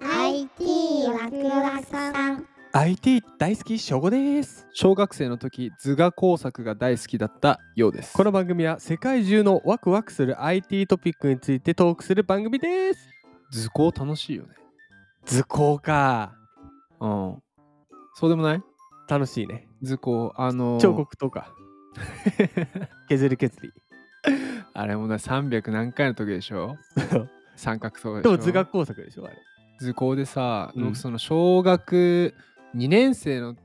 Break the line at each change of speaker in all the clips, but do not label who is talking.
IT ワクワクさん
IT 大好きしょごです
小学生の時図画工作が大好きだったようです
この番組は世界中のワクワクする IT トピックについてトークする番組です
図工楽しいよね
図工か
うんそうでもない
楽しいね
図工あのー
彫刻と か削り削り
あれもね300何回の時でしょ
そう
三角とかでし
で
ょ
も図画工作でしょあれ
図工でさ、
うん
僕その小学2年生の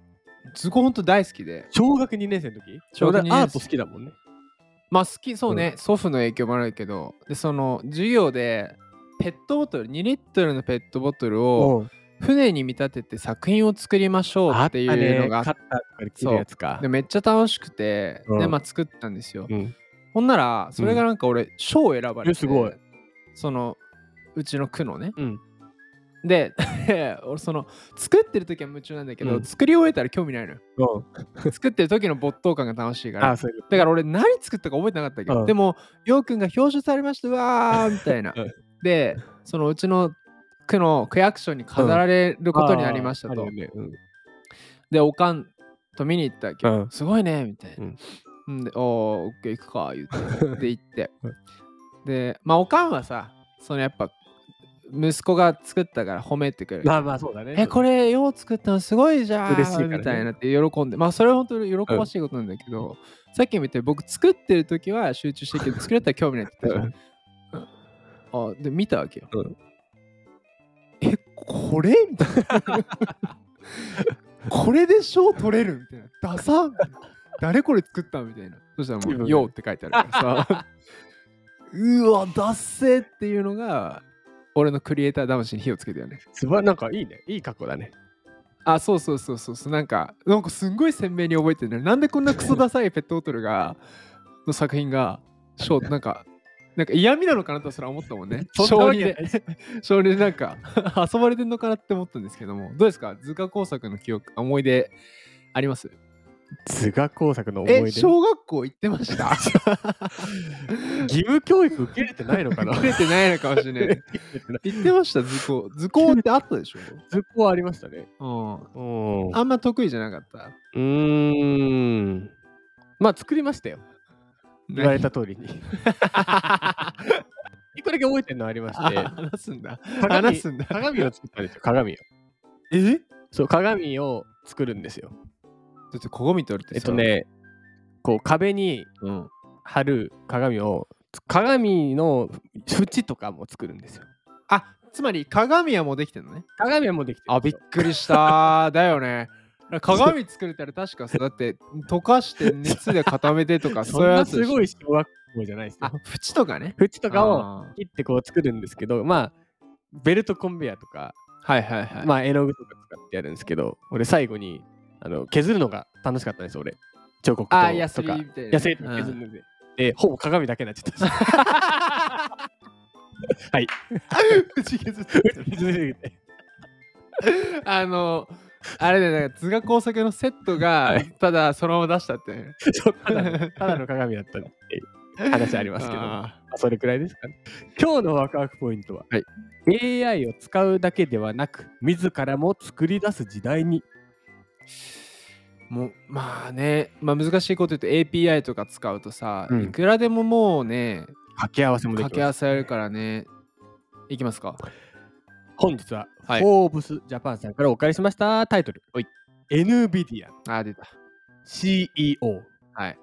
図工ほんと大好きで
小学2年生の時
小学二年生
俺アート好きだもんね
まあ好きそうね、祖父の影響もあるけどでその授業でペットボトル2リットルのペットボトルを
ん
船に見立てて作品を作りましょうっていうのがあ
あった
っ
ねカッターとかで切るやつか
でめっちゃ楽しくて、
うん
でまあ作ったんですよ、
うん
ほんならそれがなんか俺賞を選ばれて、
えすごい
そのうちの区のね
うん
で俺その作ってる時は夢中なんだけど、
うん
作り終えたら興味ないのよ
うん
作ってる時の没頭感が楽しいから
あ
だ
そういうこ
から俺何作ったか覚えてなかったけど、
うん
でもようくんが表彰されましたうわーみたいな、
うん
でそのうちの区の区役所に飾られる
と
ことになりましたと、
あーあるよねうん
でおかんと見に行ったわけよ、
うん
すごいねみたいな、
うん
うん、で「おーオッケー行くか」言ってで行ってでまあおかんはさそのやっぱ息子が作ったから褒めてくれる
まあまあそうだね
えこれよう作ったのすごいじゃん
嬉しいからね
みたいなって喜んでまあそれは本当に喜ばしいことなんだけど、さっき見て僕作ってる時は集中してるけど作れたら興味ないって言ったじゃん、あで見たわけよ、
うん
えこれみたいな これで賞取れるみたいなダサみたいな誰これ作ったみたいなそしたら
気分
もう「
が
よ」って書いてあるからさ うわダッセっていうのが俺のクリエイター魂に火をつけたよね
すばなんかいいねいい格好だね
あそうそうそうそうそうなんかなんかすんごい鮮明に覚えてるねなんでこんなクソダサいペットボトルがの作品が賞なんかなんか嫌味なのかなとそれは思ったもんね
そんな
小
わ
児
け
で 小児でなんか遊ばれてんのかなって思ったんですけどもどうですか図画工作の記憶思い出あります
図画工作の思い
え
出
小学校行ってました
義務教育受けれてないのかな
触れてないのかもしれない行ってました図工図工ってあったでし
図工はありましたね。
ょ、
う
うん、
ん。
あんま得意じゃなかった
うーん。まあ作りましたよ。 言われた通りに。 一個だけ覚えてるのありまして、
あ 話すんだ
鏡
話すんだ
鏡を作ったんですよ、鏡を。
え
そう、鏡を作るんですよ。
だって鏡取るってさ
えっと、ね、こう壁に
うん、
貼る鏡を、鏡の縁とかも作るんですよ。
あつまり鏡はもうできてるのね
鏡はもうできてるんですよ。
くりしたーだよね鏡作れたら確かさだって溶かして熱で固めてとか
そ
そうい
ん
う
な
やつ
すご
い
い小学校じゃないです
あ
よ。
縁とかね
縁とかを
あ
切ってこう作るんですけど、まあ、ベルトコンベヤーとか、
ーはいはいはい、
まあ絵の具とか使ってやるんですけど俺最後にあの削るのが楽しかったんです俺彫刻
あ
刀
ーヤス
と
リ
か
みたいな
ヤスリとか削るので、でほぼ鏡だけになっちゃったはい
口削って る あのあれでなんか図画工作のセットがただそのまま出したっていう
そうただのただの鏡だったっていう話ありますけど
あ
それくらいですかね今日のワクワクポイントは、
は
AI を使うだけではなく自らも作り出す時代に
ーもうまあね、まあ、難しいこと言うと API とか使うとさ、
うん
いくらでももうね
掛け合わせもでき
掛
ます
け合わせあるからね。いきますか。
本日は、
はい
フォーブスジャパンさんからお借りしましたタイトル、
はい
NVIDIA
あ、出た。
CEO、
はい、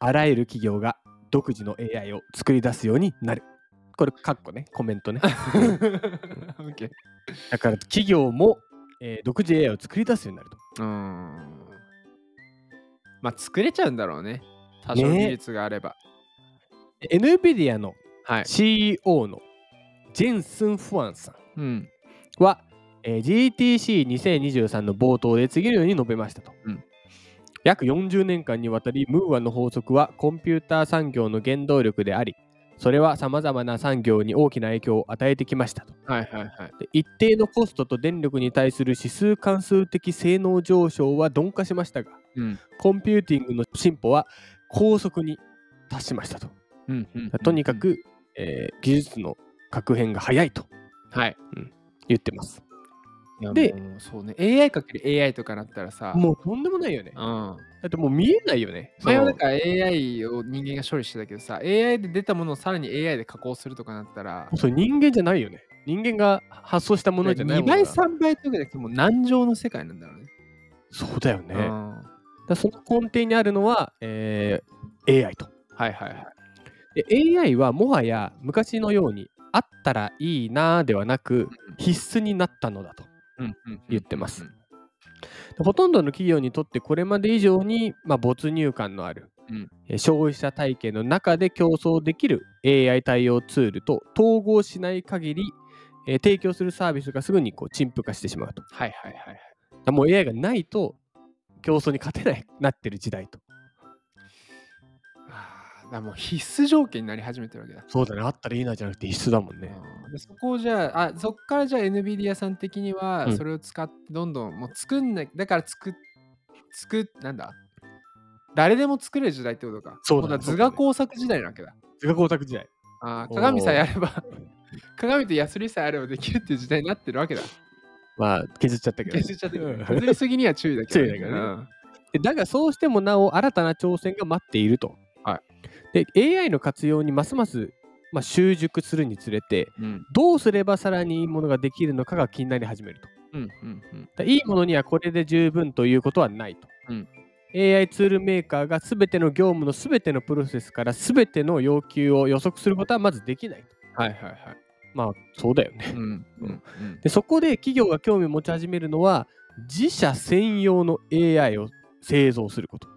あらゆる企業が独自の AI を作り出すようになる。これ、かっこね、コメント ね。
OK。
だから企業も、えー独自 AI を作り出すようになると。
うーん。まあ、作れちゃうんだろうね。多少
ね
技術があれば。
NVIDIA の
はい。
CEO のジェンスン・フアンさん
うん。
は、えー GTC2023 の冒頭で次のように述べましたと。
うん
約40年間にわたり、ムーアの法則はコンピューター産業の原動力であり、それはさまざまな産業に大きな影響を与えてきましたと。
はいはいはい。
で一定のコストと電力に対する指数関数的性能上昇は鈍化しましたが、
うん。
コンピューティングの進歩は高速に達しましたと。
うん、うん。
とにか。く、えー技術の確変が早いと。
はい。
言ってます。で
で、もうそうね、AI×AI とかなったらさ、
もうとんでもないよね。
うん、
だってもう見えないよね。
前は
そ
だ
の
から AI を人間が処理してたけどさ、AI で出たものをさらに AI で加工するとかなったら、
そう人間じゃないよね。人間が発想したものじゃない
2
もの
倍、
が
3倍とかじゃなくて、もう難情の世界なんだろうね。
そうだよね。
う
だか
んは
らその根底にあるのは、えー AI と。
いはいはい。
で AI はもはや昔のようにあったらいいなーではなく必須になったのだと。
うんうん
言ってます
うん
ほとんどの企業にとってこれまで以上に、まあ、没入感のある、
うん
えー消費者体験の中で競争できる AI 対応ツールと統合しない限り、えー提供するサービスがすぐにこう陳腐化してしまうと。だか
はいはいはいはい。
らもう AI がないと競争に勝てないなってる時代と。
あーだからもう必須条件になり始めてるわけだ。
そうだね、あったらいいなじゃなくて必須だもんね。
あーでそこをじゃああそこからじゃあ NVIDIA さん的に
う
は
ん
それを使ってどんどんもう作んないだから作っ作っなんだ誰でも作れる時代ってことか
そうだ
も
ね
う図画工作時代なわけだ
図画工作時代。
あ
お
ー
ー
鏡さえあれば 鏡とヤスリさえあればできるっていう時代になってるわけだ
まあ、削っちゃったけどね。
削っちゃって
う
る
ん
削りすぎには注意だけど、
注意だけどね でだがそうしてもなお新たな挑戦が待っていると。
は
で AI の活用にますます、まあ、習熟するにつれて
うんうん
どうすればさらにいいものができるのかが気になり始めると。
うんうんうん
だいいものにはこれで十分ということはないと。
うん
AI ツールメーカーが全ての業務の全てのプロセスから全ての要求を予測することはまずできないと。
はいはいはい
まあそうだよね。
うんうんうん
でそこで企業が興味を持ち始めるのは自社専用の AI を製造すること。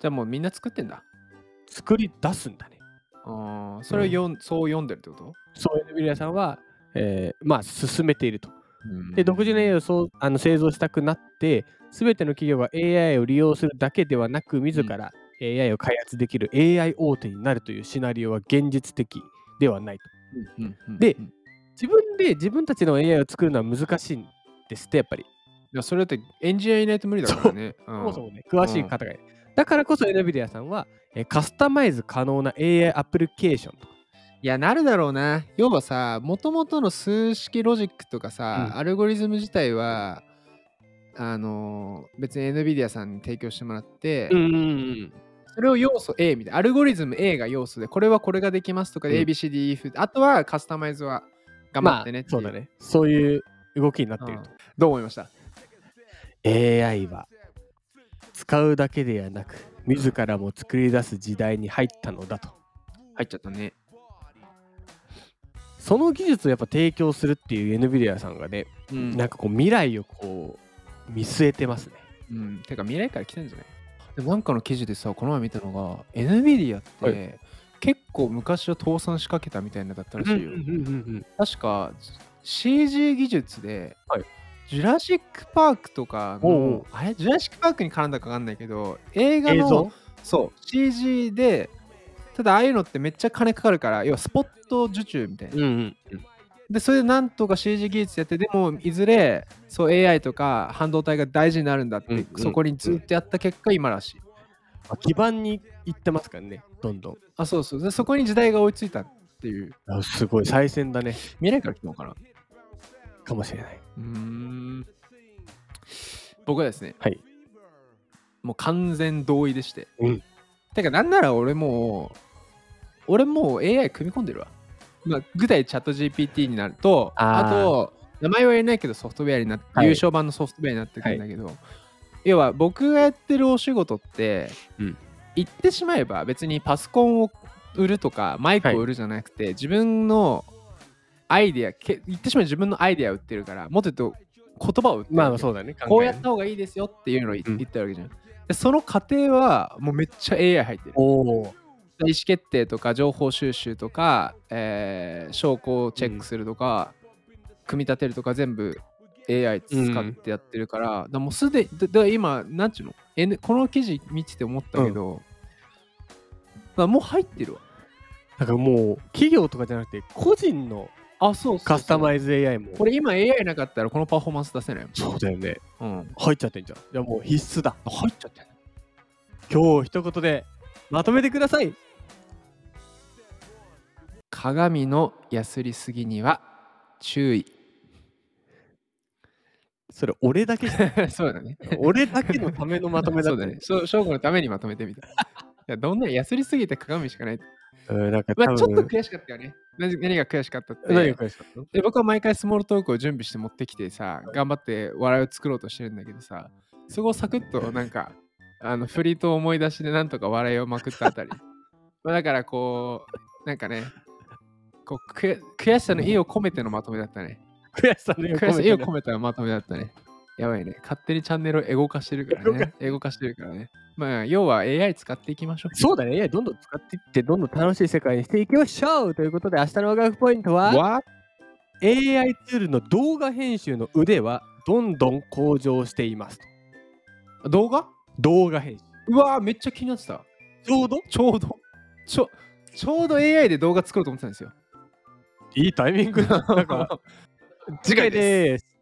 じゃあもうみんな作ってんだ
作り出すんだね。
あーそれを読ん、そう読んでるってこと、
そういうビリアさんは、えーまあ進めていると。
うん
で独自の AI をそうあの製造したくなって全ての企業が AI を利用するだけではなく自ら AI を開発できる AI 大手になるというシナリオは現実的ではないと。
うんうん
で
うんい
自分で自分たちの AI を作るのは難しいんですってやっぱり。
やそれだってエンジニアいないと無理だからね。
そ
そ
もそもね詳しい方がいる。だからこそ NVIDIA さんは、えーカスタマイズ可能な AI アプリケーションとか。
いや、なるだろうな。要はさ、もともとの数式ロジックとかさ、
う
アルゴリズム自体は、あのー別に NVIDIA さんに提供してもらって、
ん
それを要素 A みたいな、アルゴリズム A が要素で、これはこれができますとかで、
うん
ABCDEF、あとはカスタマイズは頑張
ま
っ
あ
てねってい
そうだね。そういう動きになっていると。
どう思いました
AI は使うだけではなく自らも作り出す時代に入ったのだと
入っちゃったね。
その技術をやっぱ提供するっていう NVIDIA さんがね、
うん
なんかこう未来をこう見据えてますね
うん、てか未来から来てんじゃないでもなんかの記事でさこの前見たのが NVIDIA って、
は
結構昔は倒産しかけたみたいなだったらしいよ、
うん
確か CG 技術で、
はい
ジュラシック・パークとかの
おうおう
あれジュラシック・パークに絡んだかわかんないけど映画
映
の
像
そう CG でただああいうのってめっちゃ金かかるから要はスポット受注みたいな、
うんうん
でそれでなんとか CG 技術やってでもいずれそう AI とか半導体が大事になるんだって、
うんうん
そこにずっとやった結果今らしい
まあ基盤に行ってますからねどんどん
あそうそうでそこに時代が追いついたっていう
あすごい最先だね
未来から来たのかな
かもしれないう
ーん僕はですね
はい
もう完全同意でして、
うん
てかなんなら俺もう俺もう AI 組み込んでるわ、まあ、具体チャット GPT になると
あー
あと名前は言えないけどソフトウェアになって、
はい
優勝版のソフトウェアになってくるんだけど、要は僕がやってるお仕事って、
うん
言ってしまえば別にパソコンを売るとかマイクを売るじゃなくて、自分のアイディアけ言ってしまえば自分のアイディアを売ってるからもっと言うと言葉を売ってる
まあそうだね
こ
考
う
え
やった方がいいですよっていうのをい
うん
言ってるわけじゃん。でその過程はもうめっちゃ AI 入ってる。
おお
意思決定とか情報収集とか、えー証拠をチェックするとか、組み立てるとか全部 AI 使ってやってるから、だからもうすでにだだから今なんちゅうの、N、この記事見てて思ったけど、だからもう入ってるわ。
だからもう企業とかじゃなくて個人の
あそうそうそう
カスタマイズ AI も
これ今 AI なかったらこのパフォーマンス出せないも
そうだよね
ん。うん、
入っちゃってんじゃんいやもう必須だ
入っちゃってる
今日一言でまとめてください
鏡のやすりすぎには注意
それ俺だけじゃん
そうだね
俺だけのためのまとめだ
そ
っ
う
た
だねそう翔吾のためにまとめて みたいやどんなやすりすぎて鏡しかない、
うんなんか
ま
多
あ、ちょっと
分
悔しかったよね何何が悔しかったって
何が返したの
で僕は毎回スモールトークを準備して持ってきてさ頑張って笑いを作ろうとしてるんだけどさそこをサクッとなんかあの振りと思い出しでなんとか笑いをまくったあたり まあだからこうなんかねこうく悔しさの意を込めてのまとめだったね
悔しさの意を
悔しさの意を
込
込
め
めたのまとめだったねやばいね勝手にチャンネルをエゴ化してるからねエゴ化してるからねまあ要は AI 使っていきましょう
てそうだね。いや、どんどん使っていって、どんどん楽しい世界にしていきましょうということで、明日のワクワクポイントは、
わ
AI ツールの動画編集の腕はどんどん向上していますと。
動画
動画編集。
うわーめっちゃ気になってた
ちょうど
ちょうどちょちょうど AI で動画作ろうと思ってたんですよ。
いいタイミングだ。なんか、次回です。